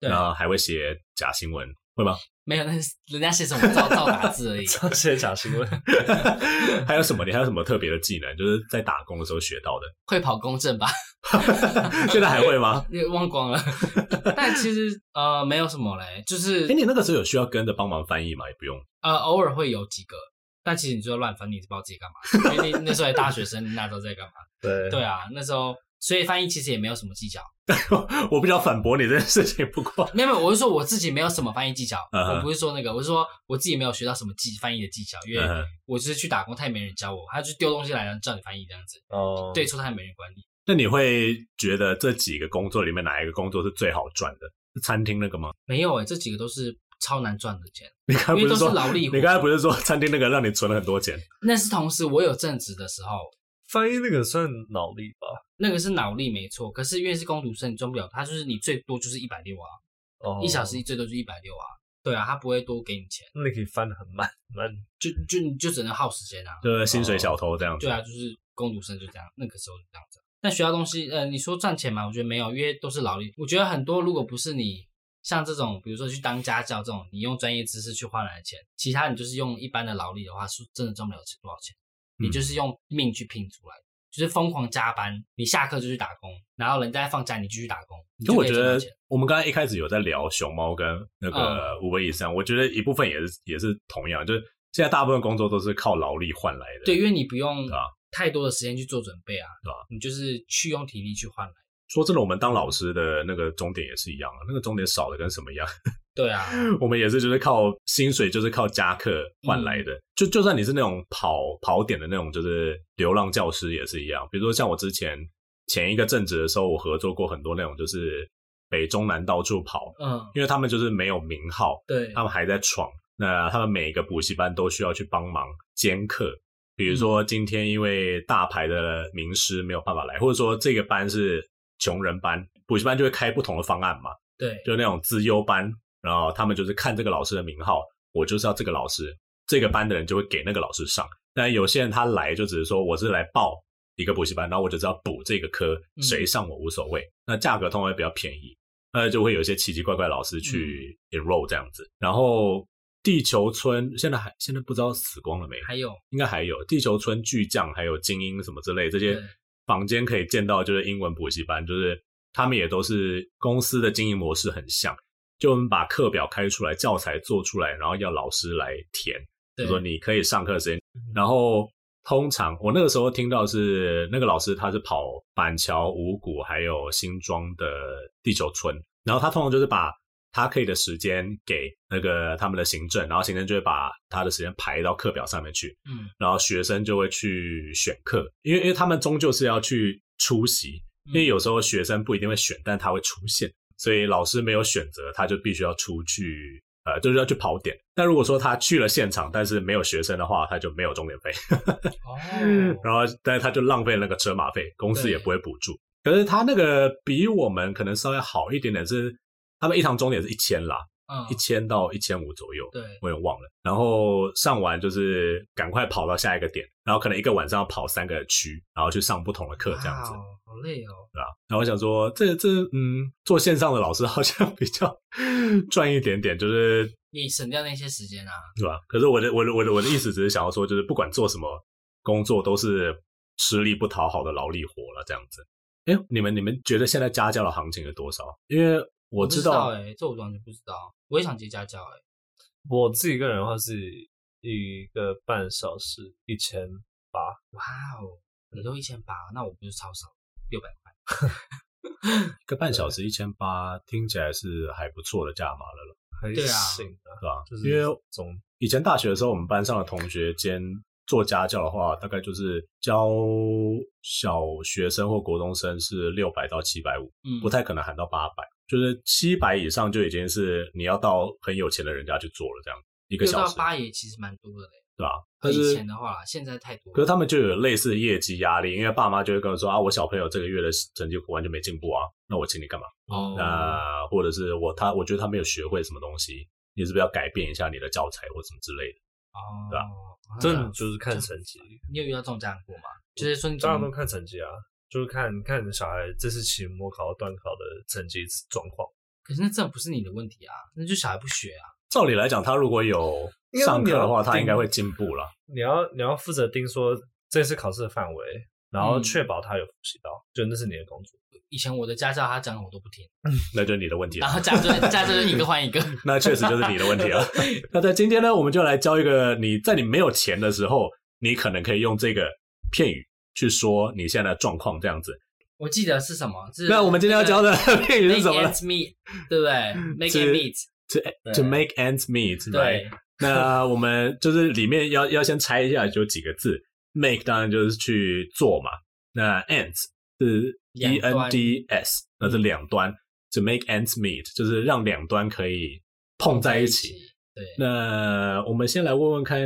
对
然，后还会写假新闻，会吗？
没有，那是人家写什么照照打字而 已。
这些假新闻，
还有什么？你还有什么特别的技能？就是在打工的时候学到的？
会跑公证吧？
现在还会吗？
也忘 光了。但其实呃，没有什么嘞，就是
哎、你那个时候有需要跟着帮忙翻译吗？也不用。
呃，偶尔会有几个，但其实你就乱翻，你也不知道自己 干嘛，因为你那时候还大学生，你哪知道在干嘛？
对
对啊，那时候所以翻译其实也没有什么技巧，
我比较反驳你这件事情，不过
没有没有，我是说我自己没有什么翻译技巧，
嗯哼
我不是说那个，我是说我自己没有学到什么技翻译的技巧，因为
嗯
我就是去打工，他也没人教我，他就丢东西来然后叫你翻译这样子，
哦，
对，错他也没人管你。
那你会觉得这几个工作里面哪一个工作是最好赚的？是餐厅那个吗？
没有哎、这几个都是超难赚的钱，
你刚才
因
不
为都是
说
劳力活
你刚才不是说餐厅那个让你存了很多钱？
那是同时我有正职的时候，
翻译那个算脑力吧？
那个是脑力没错，可是因为是工读生，你赚不了，他就是你最多就是一百六啊，
哦，
一小时，最多就一百六啊，对啊，他不会多给你钱，
那你可以翻的很慢慢。
就就你就只能耗时间啊，
就是薪水小偷这样子。
对啊，就是工读生就这样，那个时候就这样子。但学到东西，呃，你说赚钱嘛，我觉得没有，因为都是劳力。我觉得很多如果不是你像这种，比如说去当家教这种，你用专业知识去换来的钱，其他你就是用一般的劳力的话，是真的赚不了多少钱。
嗯
你就是用命去拼出来的，就是疯狂加班，你下课就去打工，然后人家放假你继续打工。你
可
就
我
可以
觉
赚到
得
钱嗯
我们刚才一开始有在聊熊猫跟那个五位以上，我觉得一部分也是也是同样，就是现在大部分工作都是靠劳力换来的。
对，因为你不用
对啊
太多的时间去做准备啊，
对啊
你就是去用体力去换来。
说真的，我们当老师的那个终点也是一样啊，那个终点少的跟什么一样？
对啊，
我们也是就是靠薪水，就是靠加课换来的。就就算你是那种跑跑点的那种，就是流浪教师也是一样。比如说像我之前前一个正职的时候，我合作过很多那种就是北中南到处跑，
嗯，
因为他们就是没有名号，
对，
他们还在闯。那他们每个补习班都需要去帮忙兼课，比如说今天因为大牌的名师没有办法来，或者说这个班是穷人班，补习班就会开不同的方案嘛，
对，
就那种资优班，然后他们就是看这个老师的名号，我就是要这个老师，这个班的人就会给那个老师上。但有些人他来就只是说我是来报一个补习班，然后我就只要补这个科，
嗯
谁上我无所谓。那价格通常会比较便宜，那就会有一些奇奇怪怪的老师去 enroll 这样子。然后地球村现在还现在不知道死光了没，
还有
应该还有地球村巨匠，还有精英什么之类这些
对
房间可以见到，就是英文补习班，就是他们也都是公司的经营模式很像，就我们把课表开出来，教材做出来，然后要老师来填，就
对
说你可以上课的时间。然后通常我那个时候听到是那个老师他是跑板桥、五股还有新庄的地球村，然后他通常就是把他可以的时间给那个他们的行政，然后行政就会把他的时间排到课表上面去，
嗯
然后学生就会去选课，因为因为他们终究是要去出席，因
嗯
为有时候学生不一定会选，但他会出现，所以老师没有选择，他就必须要出去，呃，就是要去跑点。但如果说他去了现场，但是没有学生的话，他就没有终点费，
哦，
然后但是他就浪费那个车马费，公司
对
也不会补助。可是他那个比我们可能稍微好一点点是，他们一堂钟点是一千啦，
嗯
一，千到一千五左右，
对，
我也忘了。然后上完就是赶快跑到下一个点，然后可能一个晚上要跑三个区，然后去上不同的课这样子
哇。哦好累哦。
对吧？然后我想说，这这嗯，做线上的老师好像 比较赚一点点，就是
你省掉那些时间啊，
对吧？可是我的我的我的我的意思只是想要说，就是不管做什么工作，都是吃力不讨好的劳力活了这样子。哎，你们你们觉得现在家教的行情有多少？因为我
不知
知
道
道，
哎、这我完全不知道。我也想接家教哎、
我自己个人的话是一个半小时一千八，
哇哦，你都一千八，那我不是超少，六百块。
一个半小时一千八，听起来是还不错的价码了，
还
对啊
行啊，
对吧？
就
因
是
为
总
以前大学的时候，我们班上的同学兼做家教的话，大概就是教小学生或国中生是六百到七百五，
嗯，
不太可能喊到八百，就是七百以上就已经是你要到很有钱的人家去做了，这样一个
六
小
到
时，
八也其实蛮多的嘞。
对吧？但
以
是
前的话啦，现在太多了。
可是他们就有类似业绩压力，因为爸妈就会跟我说啊，我小朋友这个月的成绩完全没进步啊，那我请你干嘛？
哦
那或者是我他我觉得他没有学会什么东西，你是不是要改变一下你的教材或什么之类的？
哦，
对吧
啊
真的就是看成绩，
你有遇到这种家长过吗？就是说你怎
当然
么
都看成绩啊，就是看看你的小孩这次期末考、段考的成绩状况。
可是那这不是你的问题啊，那就小孩不学啊。
照理来讲，他如果有
因为
上课的
你
话，
要
他应该
盯
会进步了。
你要你要负责盯说这次考试的范围，然后
嗯
确保他有复习到，就那是你的工作。
以前我的家教他讲的我都不听，
那就是你的问题了
然。后家教家教就一个换一个。
那确实就是你的问题 了。那在今天呢，我们就来教一个你在你没有钱的时候，你可能可以用这个片语去说你现在的状况这样子。
我记得是什么？是
那我们今天要教的片语
make
是什么呢
ends meet，对 不对？make
是
it meet，
？To to make ends meet，right？
对，
那我们就是里面要要先拆一下，有几个字。make 当然就是去做嘛，那 ends 是 e
两
n
端
d s，那是两端。To make ends meet 就是让两端可以碰在一起。。
对，
那我们先来问问看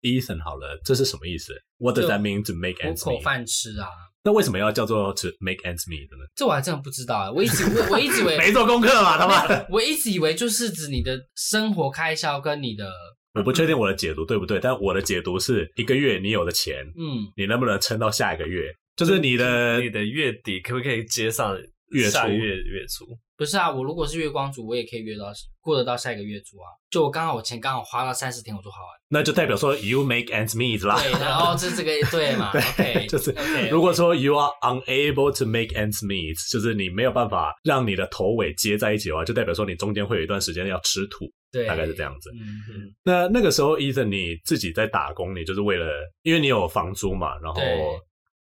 Ethan 好了，这是什么意思？What does
就
that mean to make
糊
ends
口
meet？
饭吃啊，
那为什么要叫做 to make ends meet 呢？
这我还真的不知道啊。我一直我我一直以 为
没做功课嘛，他妈 的！
我一直以为就是指你的生活开销跟你的
我不确定我的解读对不对，但我的解读是一个月你有的钱，
嗯
你能不能撑到下一个月？就是你的
你的月底可不可以接上
月初
下呃月月 初？
不是啊，我如果是月光族，我也可以约到过得到下一个月租啊。就我刚好我钱刚好花到三十天，我就好啊。
那就代表说 you make ends meet 啦。
对，然后这这个对 嘛？OK，
就是
OK，
如果说 you are unable to make ends meet，就是你没有办法让你的头尾接在一起的话，就代表说你中间会有一段时间要吃土，
对，
大概是这样子。
嗯。嗯，
那那个时候，Ethan 你自己在打工，你就是为了，因为你有房租嘛，然后
对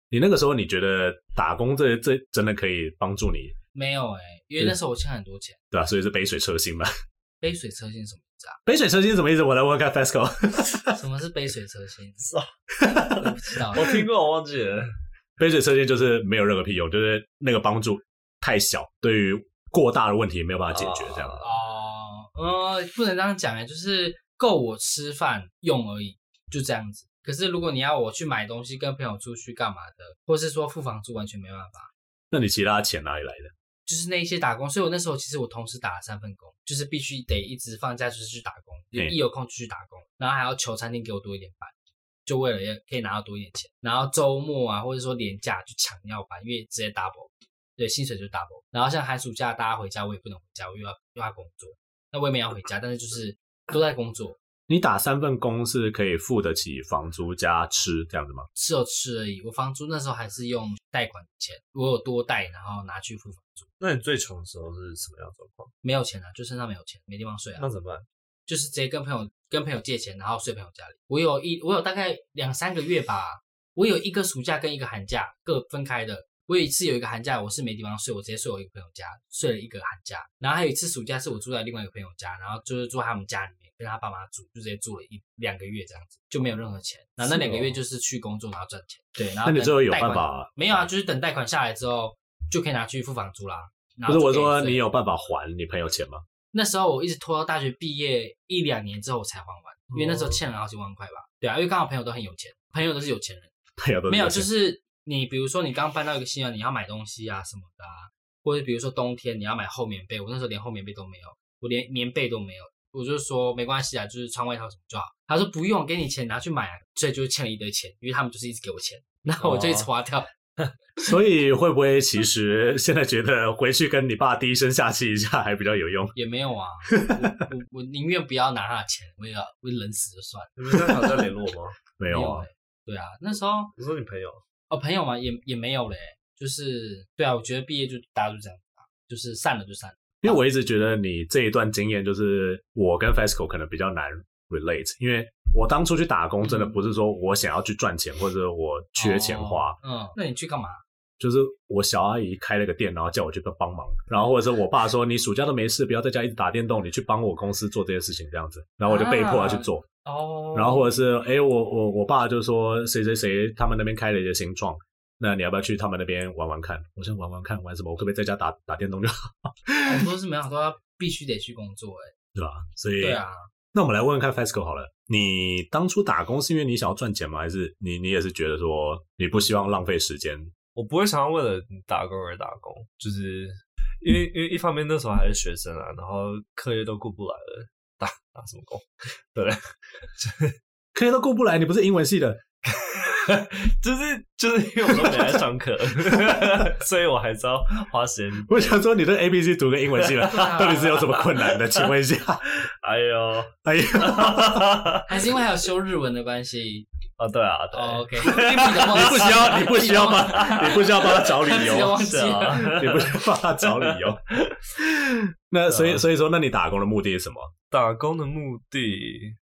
你那个时候你觉得打工这这真的可以帮助你，
没有哎、因为那时候我欠很多钱，
对吧、所以是杯水车薪嘛。
杯水车薪什么意
杯水车薪什么意思？我来问问看 Fasco，
思啊？什么是杯水车薪？
是啊
我不 知道。
我听过，我忘记了。
杯水车薪就是没有任何屁用，就是那个帮助太小，对于过大的问题没有办法解决，这样。
哦
哦，呃，不能这样讲哎、就是够我吃饭用而已，就这样子。可是如果你要我去买东西、跟朋友出去干嘛的，或是说付房租，完全没办法。
那你其他钱哪里来的？
就是那一些打工，所以我那时候其实我同时打了三份工，就是必须得一直放假就是去打工，
嗯
一有空就去打工，然后还要求餐厅给我多一点班，就为了要可以拿到多一点钱，然后周末啊或者说年假去抢要班，因为直接 double，对，薪水就 double，然后像寒暑假大家回家我也不能回家，我又要又要工作，那我也没有要回家，但是就是都在工作，
你打三份工是可以付得起房租加吃这样子吗？
只有吃而已，我房租那时候还是用贷款的钱，我有多贷，然后拿去付房租，
那你最穷的时候是什么样的状况？
没有钱啊，就身上没有钱，没地方睡啊，
那怎么办？
就是直接跟朋友跟朋友借钱，然后睡朋友家里。我有一我有大概两三个月吧，我有一个暑假跟一个寒假各分开的。我有一次有一个寒假，我是没地方睡，我直接睡我一个朋友家，睡了一个寒假。然后还有一次暑假是我住在另外一个朋友家，然后就是住他们家里面，跟他爸妈住，就直接住了一两个月这样子，就没有任何钱。然后那
是
两个月
哦
就是去工作，然后赚钱。对，然后
那你
等
最后有
贷
办
款？
法？哦
没有啊，就是等贷款下来之后，就可以拿去付房租啦。然
不
后
是我
就可以
说
睡
你有办法还你朋友钱吗？
那时候我一直拖到大学毕业一两年之后我才还完，因为那
哦
时候欠了好几万块吧。对啊，因为刚好朋友都很有钱，朋友都是有钱人，
朋友都
没
啊
有
钱
就是你比如说你刚搬到一个新家，你要买东西啊什么的啊，或者比如说冬天你要买厚棉被，我那时候连厚棉被都没有，我连棉被都没有，我就说没关系啊，就是穿外套什么就好。他说不用，给你钱拿去买啊，所以就欠了一堆钱，因为他们就是一直给我钱，然后我就一
哦
直花掉。
所以会不会其实现在觉得回去跟你爸低声下气一下还比较有用？
也没有啊，我我我宁愿不要拿他的钱，我也要我冷死就算了。
你们现在还有在联络吗？
没有啊
欸，对啊，那时候
我说你朋友，
哦，朋友嘛，也也没有嘞，就是对啊，我觉得毕业就大家就这样子啊，就是散了就散了。
因为我一直觉得你这一段经验就是我跟 FESCO 可能比较难 relate，因为我当初去打工真的不是说我想要去赚钱，或者我缺钱花，
嗯哦嗯，那你去干嘛？
就是我小阿姨开了个店，然后叫我去帮忙，然后或者是我爸说你暑假都没事，不要在家一直打电动，你去帮我公司做这些事情这样子，然后我就被迫要去做。
哦，
然后或者是哎、诶我我我爸就说谁谁谁他们那边开了一个新创，那你要不要去他们那边玩玩看？我想玩玩看，玩什么？我可不可以在家打打电动就好，
很多是没想到他必须得去工作，哎，
对吧？所以
对啊，
那我们来问问看 FESCO 好了，你当初打工是因为你想要赚钱吗？还是你你也是觉得说你不希望浪费时间？
我不会想要为了打工而打工，就是因为因为一方面那时候还是学生啊，然后课业都顾不来了，打打什么工？对，
可以都顾不来，你不是英文系的，
就是就是因为我都没来上课， 所以我还是要花时间。
我想说你这 A B C 读个英文系的，到底是有什么困难的？请问一下。
哎呦，
哎呀，
还是因为还有修日文的关系。
啊对啊，对，
哦，OK，你不
不需要，你不需要帮，你不需要帮他找理
他自己
由
忘，记
是啊，
你不需要帮他找理由。那所以所以说，那你打工的目的是什么？
打工的目的，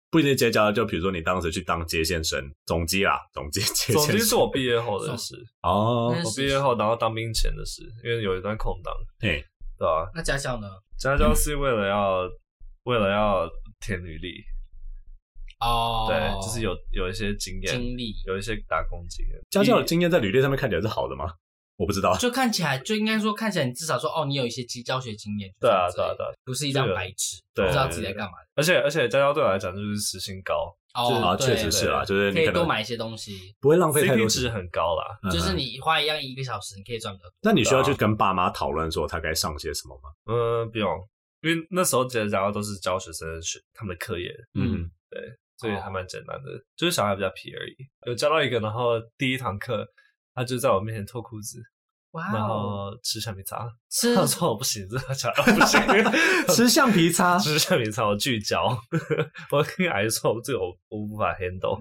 不一定结交，就比如说你当时去当接线生，总机啦，总机接线
总
生。
之是我毕嗯业后的事，
哦
那，
我毕业后然后当兵前的事，因为有一段空档，
哎，
对吧、
那家教呢？
家教是为了要、为了要填履历，
哦，
对，就是有有一些经验，
经历，
有一些打工经验。
家教的经验在履历上面看起来是好的吗？我不知道。
就看起来就应该说看起来你至少说哦，你有一些基教学经验，
对啊
就是这样
对啊对啊，
不是一张白纸，
这个
不知道自己在干嘛。
而且而且家教对我来讲就是时薪高
啊，
哦，对
确实是啦，就是
可
你
以
可
多
能
买一些东西，
不会浪费太多
，CP
时
值
间。
很高啦。
嗯
就是你花一样一个小时，你可以赚比较多。
那你需要去跟爸妈讨论说他该上些什么吗？
嗯，不用，因为那时候其实家教都是教学生学他们的课业，
嗯
嗯，
所以还蛮简单的，就是小孩比较皮而已。有教到一个，然后第一堂课他就在我面前脱裤子，
哇
然
哦，
后吃橡皮擦，
是
他说我不行，这小孩不 行。
嗯
吃橡皮擦。
吃橡皮擦，我聚焦。 我跟阿姨说，这个我我无法 handle。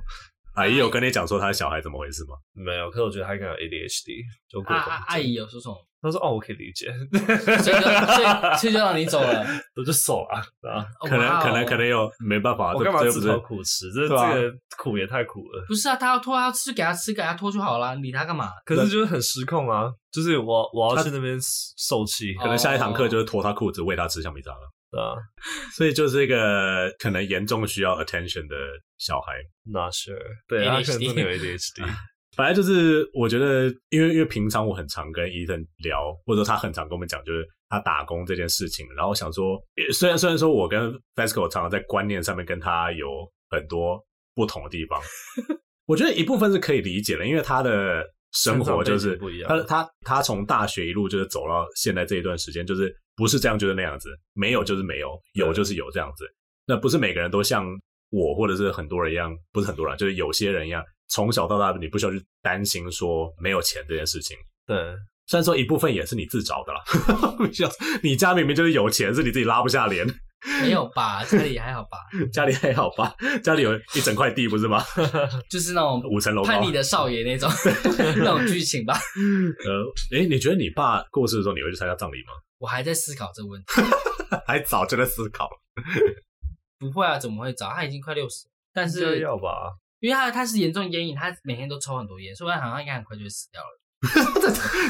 阿姨有跟你讲说他的小孩怎么回事吗？
没有，可是我觉得他应该有 ADHD，就过
阿
动
阿啊阿姨有说什么？
他说：“哦，我可以理解。
所以就所以所以就让你走了，”
我就手啊啊！
哦
可能
哇哦
可能可能有没办法，
我
这
干嘛
这不
自
是
讨苦吃？这这
对啊
个苦也太苦了。
不是啊，他要拖，他要吃给他吃，给他拖就好啦，你理他干嘛？
可是就是很失控啊！就是我我要
他
去那边受气，
哦
可能下一堂课就是脱他裤子喂他吃橡皮擦了，
对啊
所以就是一个可能严重需要 attention 的小孩。
，Not sure，对他可能真的有 ADHD，
反正就是我觉得，因为因为平常我很常跟伊森聊，或者说他很常跟我们讲，就是他打工这件事情。然后我想说，呃虽然虽然说我跟 FESCO 常常在观念上面跟他有很多不同的地 方，我觉得一部分是可以理解的，因为他的生活就
成长背
是
景不一样
他他他从大学一路就是走到现在这一段时间，就是不是这样就是那样子，没有就是没有，有就是有这样子。那不是每个人都像我或者是很多人一样，不是很多人，就是有些人一样，从小到大你不需要去担心说没有钱这件事情。
对，
虽然说一部分也是你自找的啦，不需要你家明明就是有钱，是你自己拉不下脸。
没有吧，家里还好吧，
家里还好吧？家里有一整块地不是吗？
就是那种
五层楼高。
叛逆的少 爷那种那种剧情吧。
呃，哎，你觉得你爸过世的时候，你会去参加葬礼吗？
我还在思考这个问题。
还早就在思考。
不会啊，怎么会早？他已经快六十，但
应该
是
要吧？
因为他他是严重烟瘾，他每天都抽很多烟，所以他好像应该很快就会死掉了。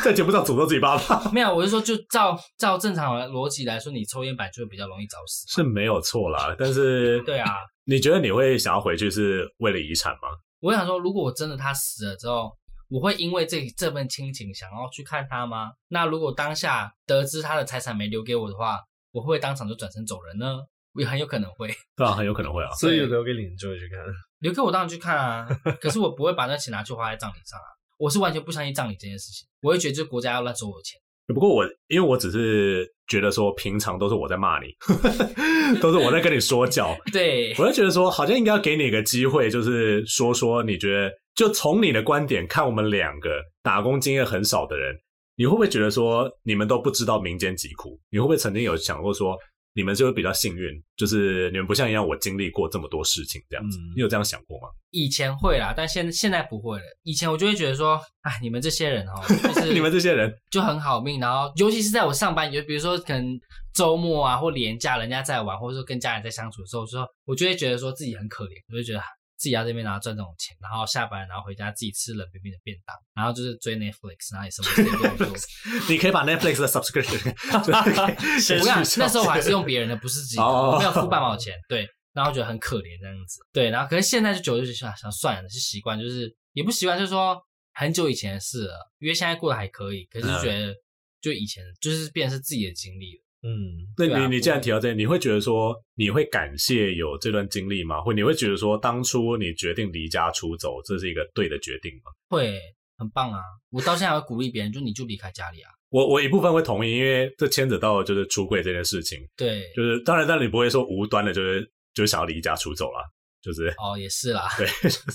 在节目上诅咒自己爸爸
没有，我是说，就照照正常的逻辑来说，你抽烟本来就会比较容易早死。
是没有错啦，但是
对啊，
你觉得你会想要回去是为了遗产吗？
我想说，如果我真的他死了之后，我会因为这这份亲情想要去看他吗？那如果当下得知他的财产没留给我的话，我会不会当场就转身走人呢？我也很有可能会
对啊，很有可能会啊。
所以有留给你，你就会去看。
留给我当然去 看啊，可是我不会把那钱拿去花在葬礼上啊。我是完全不相信葬礼这件事情，我会觉得就是国家要乱收我的钱。
不过我因为我只是觉得说，平常都是我在骂你， 都是我在跟你说教，
对，
我就觉得说，好像应该要给你一个机会，就是说说你觉得，就从你的观点看，我们两个打工经验很少的人，你会不会觉得说，你们都不知道民间疾苦？你会不会曾经有想过说，你们就是比较幸运，就是你们不像一样，我经历过这么多事情这样子，
嗯
你有这样想过吗？
以前会啦，但现现在不会了。以前我就会觉得说，哎，你们这些人哦，就 是
你们这些人，
就很好命，然后尤其是在我上班，就比如说可能周末啊或年假，人家在玩，或者说跟家人在相处的时候，我就说我就会觉得说自己很可怜，我就觉得啊自己要这边然后赚这种钱，然后下班然后回家自己吃冷冰冰的便当，然后就是追 Netflix，然后也什么事情都不做。
你可以把 Netflix 的 subscription
先
我跟你讲
去，
那时候我还是用别人的，不是自己的，
哦
我没有付半毛钱。对，然后觉得很可怜这样子。对，然后可是现在就久了就想想算了，是习惯，就是也不习惯，就是说很久以前的事了，因为现在过得还可以，可是就觉得就以前就是变成是自己的经历了。
嗯，
那你、
对啊
你既然提到这，你会觉得说你会感谢有这段经历吗？或你会觉得说当初你决定离家出走，这是一个对的决定吗？
会很棒啊！我到现在还会鼓励别人，就你就离开家里啊。
我我一部分会同意，因为这牵扯到就是出柜这件事情，
对，
就是当然，但你不会说无端的，就是就是想要离家出走啦，就是
哦，也是 啦。
对，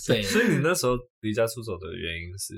对，
所以你那时候离家出走的原因是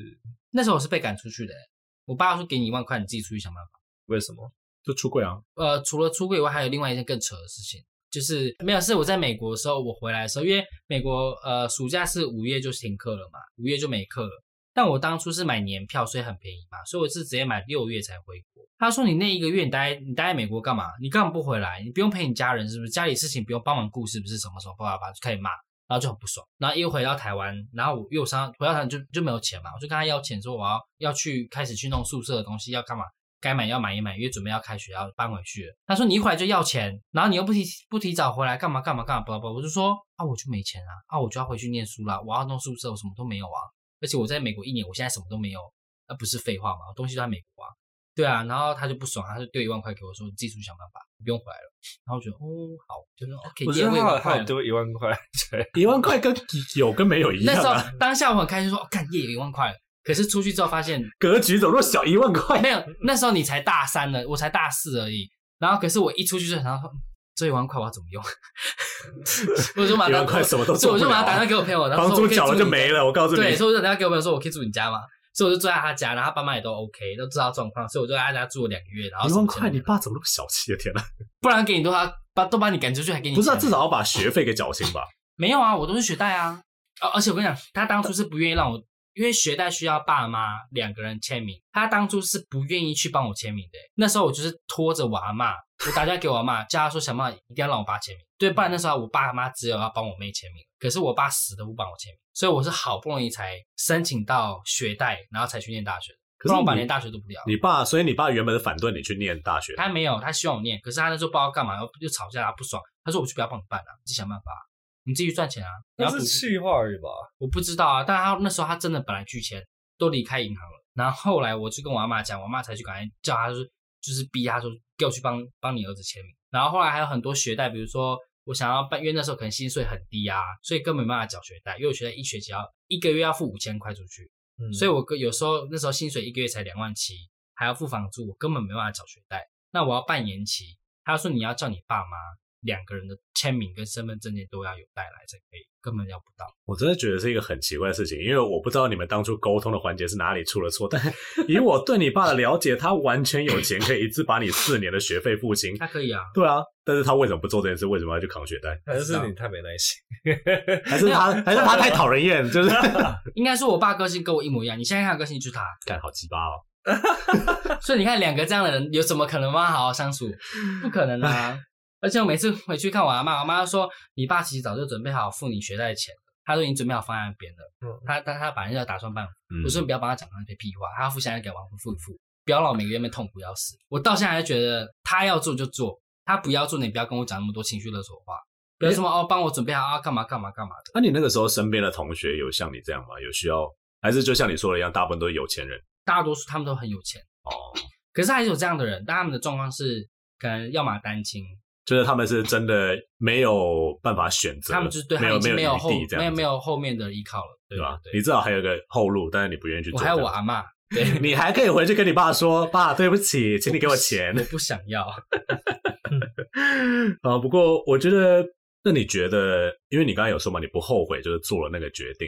那时候我是被赶出去的欸、我爸说给你一万块，你自己出去想办法。
为什么？
就出柜啊，
呃，除了出柜以外，还有另外一件更扯的事情，就是没有是我在美国的时候，我回来的时候，因为美国呃暑假是五月就停课了嘛，五月就没课了。但我当初是买年票，所以很便宜嘛，所以我是直接买六月才回国。他说你那一个月你待你待在美国干嘛？你干嘛不回来？你不用陪你家人是不是？家里事情不用帮忙顾是不是？什么什么叭叭叭就开始骂，然后就很不爽。然后一回到台湾，然后我又上回到台湾就就没有钱嘛，我就跟他要钱说我要要去开始去弄宿舍的东西要干嘛。该买要买一买，因为准备要开学要搬回去了。他说你一回来就要钱，然后你又不提不提早回来，干嘛干嘛干嘛，不不，我就说啊，我就没钱啊，啊，我就要回去念书啦，我要弄宿舍，我什么都没有啊，而且我在美国一年，我现在什么都没有，那、不是废话吗？东西都在美国啊，对啊，然后他就不爽，他就丢一万块给我说，你自己出去想办法，你不用回来了。然后我觉得哦，好，就是
我
OK，
觉得
我也
他有
万
他
块
有
了。
丢一万块，对，
一万块跟有跟没有一
那
样
时
啊，
候当下我很开心说，哦，干耶，有一万块了。可是出去之后发现
格局怎么那么小？一万块
没有，那时候你才大三呢，我才大四而已。然后可是我一出去就想到，嗯这一万块我要怎么用？ 我就马
一
上
万块什么都做
所以
不
我就马
了
上
啊，
打电话给我朋友，然后
房
说
租
我可以
缴了
住
就
你
没
家。
了。我告诉你，
对，所以我就打电话给我朋友说，我可以住你家吗？所以我就住在他家，然后他爸妈也都 OK，都知道状况，所以我就在他家住了两个月。然后
一
什
万
么钱
块，
都没
你
有
爸怎么那么小气啊？天哪，
不然给你多少？把都把你赶出去，还给你
不是啊，
钱
至少要把学费给缴清吧？
没有啊，我都是学贷啊。而而且我跟你讲，他当初是不愿意让我，因为学贷需要爸妈两个人签名，他当初是不愿意去帮我签名的欸、那时候我就是拖着我阿妈，我打电话给我阿妈，叫她说想办法一定要让我爸签名，对，不然那时候我爸妈只有要帮我妹签名，可是我爸死都不帮我签名，所以我是好不容易才申请到学贷，然后才去念大学，
可
不
是
然我爸
你
连大学都不了。
你爸，所以你爸原本是反对你去念大学，
他没有，他希望我念，可是他那时候不知道干嘛，又又吵架，他不爽，他说我就不要帮你办了、你自己想办法啊、你自己去赚钱啊，
那
你要读
是
书
气话而已吧？
我不知道啊，但他那时候他真的本来拒签，都离开银行了。然后后来我就跟我阿妈讲，我阿妈才去赶快叫他，就是就是逼他说给我去帮帮你儿子签名。然后后来还有很多学贷，比如说我想要办，因为那时候可能薪水很低啊，所以根本没办法缴学贷，因为我学贷一学期要一个月要付五千块出去，
嗯
所以我哥有时候那时候薪水一个月才两万七，还要付房租，我根本没办法缴学贷。那我要办延期，他说你要叫你爸妈两个人的签名跟身份证件都要有带来才可以，根本要不到。
我真的觉得是一个很奇怪的事情，因为我不知道你们当初沟通的环节是哪里出了 错，但以我对你爸的了解，他完全有钱可以一次把你四年的学费付清。
他可以啊，
对啊，但是他为什么不做这件事？为什么要去扛学贷？
还是你太没耐心，
还是他，还是他太讨人厌？ 就是
应该说，我爸个性跟我一模一样。你现在看的个性就是他，
干好鸡巴哦！
所以你看两个这样的人，有怎么可能帮他好好相处？不可能啊！而且我每次回去看我阿妈，我妈说：“你爸其实早就准备好付你学贷的钱了，他都已经准备好放在那边了。
嗯
他他他本来就要打算办。
嗯
我说你不要帮他讲那些屁话，他要付现在给我付一付，不要让我每个月面痛苦要死。我到现在还觉得他要做就做，他不要做你不要跟我讲那么多情绪勒索话，不要什么哦帮我准备好啊干嘛干嘛干嘛的。
那、你那个时候身边的同学有像你这样吗？有需要，还是就像你说的一样，大部分都是有钱人？
大多数他们都很有钱。
哦，
可是还是有这样的人，但他们的状况是，可能要么单亲，
就是他们是真的没有办法选择，
他们就是对他
没
们
有
已
有
经没有后
余地这
没
样
有
子，
没有后面的依靠了，对
对吧？
对
你至少还有个后路，但是你不愿意去
我
做这
还
样
有
子。
我阿嬷， 对，
你还可以回去跟你爸 说：“爸，对不起，请你给我钱。
我不想要。
啊，不过我觉得，那你觉得，因为你刚才有说嘛，你不后悔就是做了那个决定，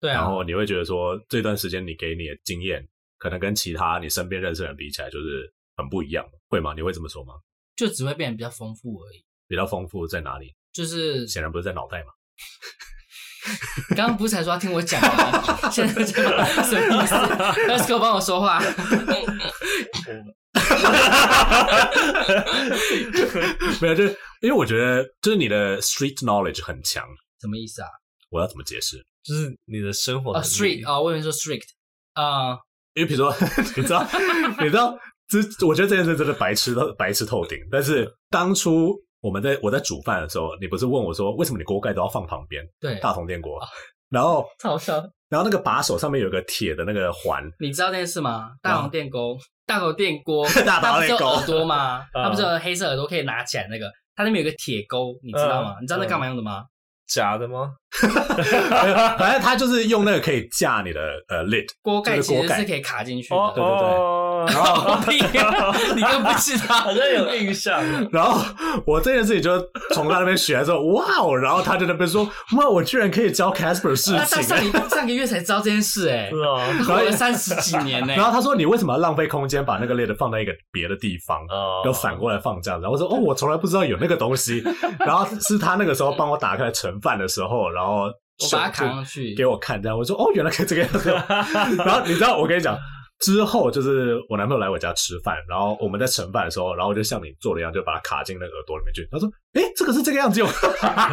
对啊
然，后你会觉得说，这段时间你给你的经验，可能跟其他你身边认识的人比起来，就是很不一样，会吗？你会这么说吗？
就只会变得比较丰富而已。
比较丰富在哪里？
就是
显然不是在脑 袋嘛。
刚刚不是才说要听我讲吗？现在就什么意思 l e s c o 帮我说话。
没有，就是因为我觉得，就是你的 street knowledge 很强。
什么意思啊？
我要怎么解释？
就是你的生活
啊
能力
，strict 啊，我以为说 strict 啊，
因为比如说， 你知道，你知道，这我觉得这件事真的白痴到白痴透顶。但是当初我们在我在煮饭的时候，你不是问我说为什么你锅盖都要放旁边
对，
大铜电锅？
哦
然后
超笑。
然后那个把手上面有个铁的那个环，，
你知道这件事吗？大红电锅，大红电锅
嗯 大
它
红
不是
电
有
锅
耳 朵吗？
嗯
它不是有黑色耳朵可以拿起来那个？它那边有个铁钩，你知道吗？
嗯
你知道那干嘛用的吗？
假的吗？
反正它就是用那个可以架你的呃 lid，
锅盖
就是
其
锅
实
盖
是可以卡进去的。
哦
对对对
哦，
然后
屁
哦
啊 你根本不知 道
好像有印 象。
然后我这件事情就从他那边学之后，哇哦！然后他就在那边说，哇，我居然可以教 Casper 事
他啊上
情。欸
上一上个月才知道这件事，哎
是， 啊，
活了三十几年哎呢
然。后他说，你为什么要浪费空间把那个 lid 放在一个别的地方？
哦，
然后反过来放这样子，然后我说哦，我从来不知道有那个东西。然后是他那个时候帮我打开盛饭的时候，然后
我把
手
它扛
就
上去，
给我看，这样我说哦， 原来可以这个样子。然后你知道，我跟你讲，之后就是我男朋友来我家吃饭，然后我们在盛饭的时候，然后我就像你做的一样，就把它卡进那个耳朵里面去。他说：“诶，这个是这个样子哟。”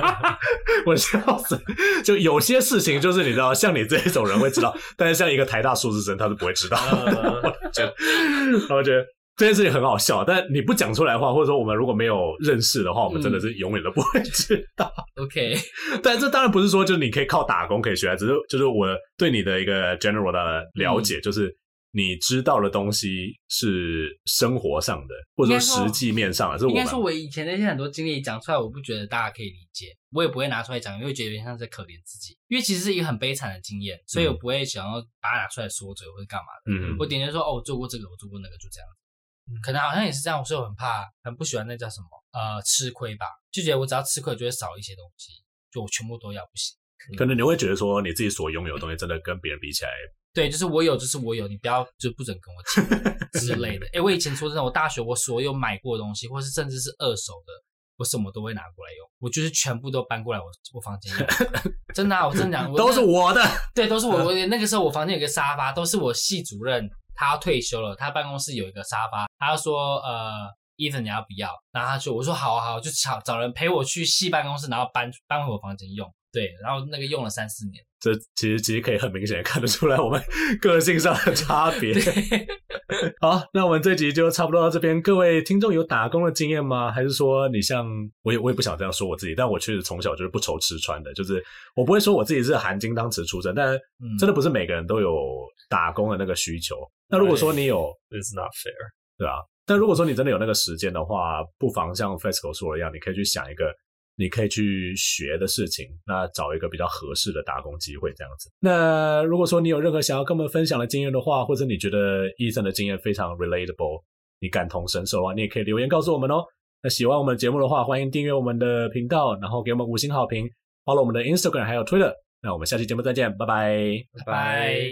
我笑死。就有些事情就是你知道，像你这种人会知道，但是像一个台大硕士生他是不会知道。
嗯
然后觉得。这件事情很好笑，但你不讲出来的话，或者说我们如果没有认识的话，我们
嗯
真的是永远都不会知道。
OK，
但这当然不是说就是你可以靠打工可以学来，啊只是就是我对你的一个 general 的
嗯
了解，就是你知道的东西是生活上的，或者说实际面上的，是我
应
们
该说我以前那些很多经历讲出来，我不觉得大家可以理解，我也不会拿出来讲，因为觉得有点像在可怜自己，因为其实是一个很悲惨的经验，所以我不会想要把它拿出来说嘴或者干嘛的。
嗯
我点点说哦，我做过这个，我做过那个，就这样子。可能好像也是这样，所以我很怕，很不喜欢那叫什么呃吃亏吧，就觉得我只要吃亏，我就会少一些东西，就我全部都要不行。
可能你会觉得说你自己所拥有的东西真的跟别人比起来，
对，就是我有，就是我有，你不要就不准跟 我抢之类的。哎、我以前说真的，我大学我所有买过的东西，或是甚至是二手的，我什么都会拿过来用，我就是全部都搬过来我我房间用。真的、啊，我真的讲，我
都是
那
我嗯的。
对，都是我。我那个时候我房间有个沙发，都是我系主任他要退休了，他办公室有一个沙发，他说呃。伊森，你要不要？然后他就我说好啊好啊，就找找人陪我去系办公室，然后搬搬回我房间用。对，然后那个用了三四 年，
这其实其实可以很明显地看得出来我们个性上的差别。 好，那我们这集就差不多到这边。各位听众有打工的经验吗？还是说你像我也我也不想这样说我自己，但我确实从小就是不愁吃穿的，就是我不会说我自己是含金汤匙出身，但
嗯
真的不是每个人都有打工的那个需求。那如果说你有，
，It's not fair。
对啊，但如果说你真的有那个时间的话，不妨像 E FESCO 说的一样，你可以去想一个你可以去学的事情，那找一个比较合适的打工机会这样子。那如果说你有任何想要跟我们分享的经验的话，或者你觉得医生的经验非常 relatable，你感同身受啊，你也可以留言告诉我们哦。那喜欢我们节目的话，欢迎订阅我们的频道，然后给我们五星好评，follow 我们的 Instagram 还有 Twitter。那我们下期节目再见，拜拜。
拜
拜。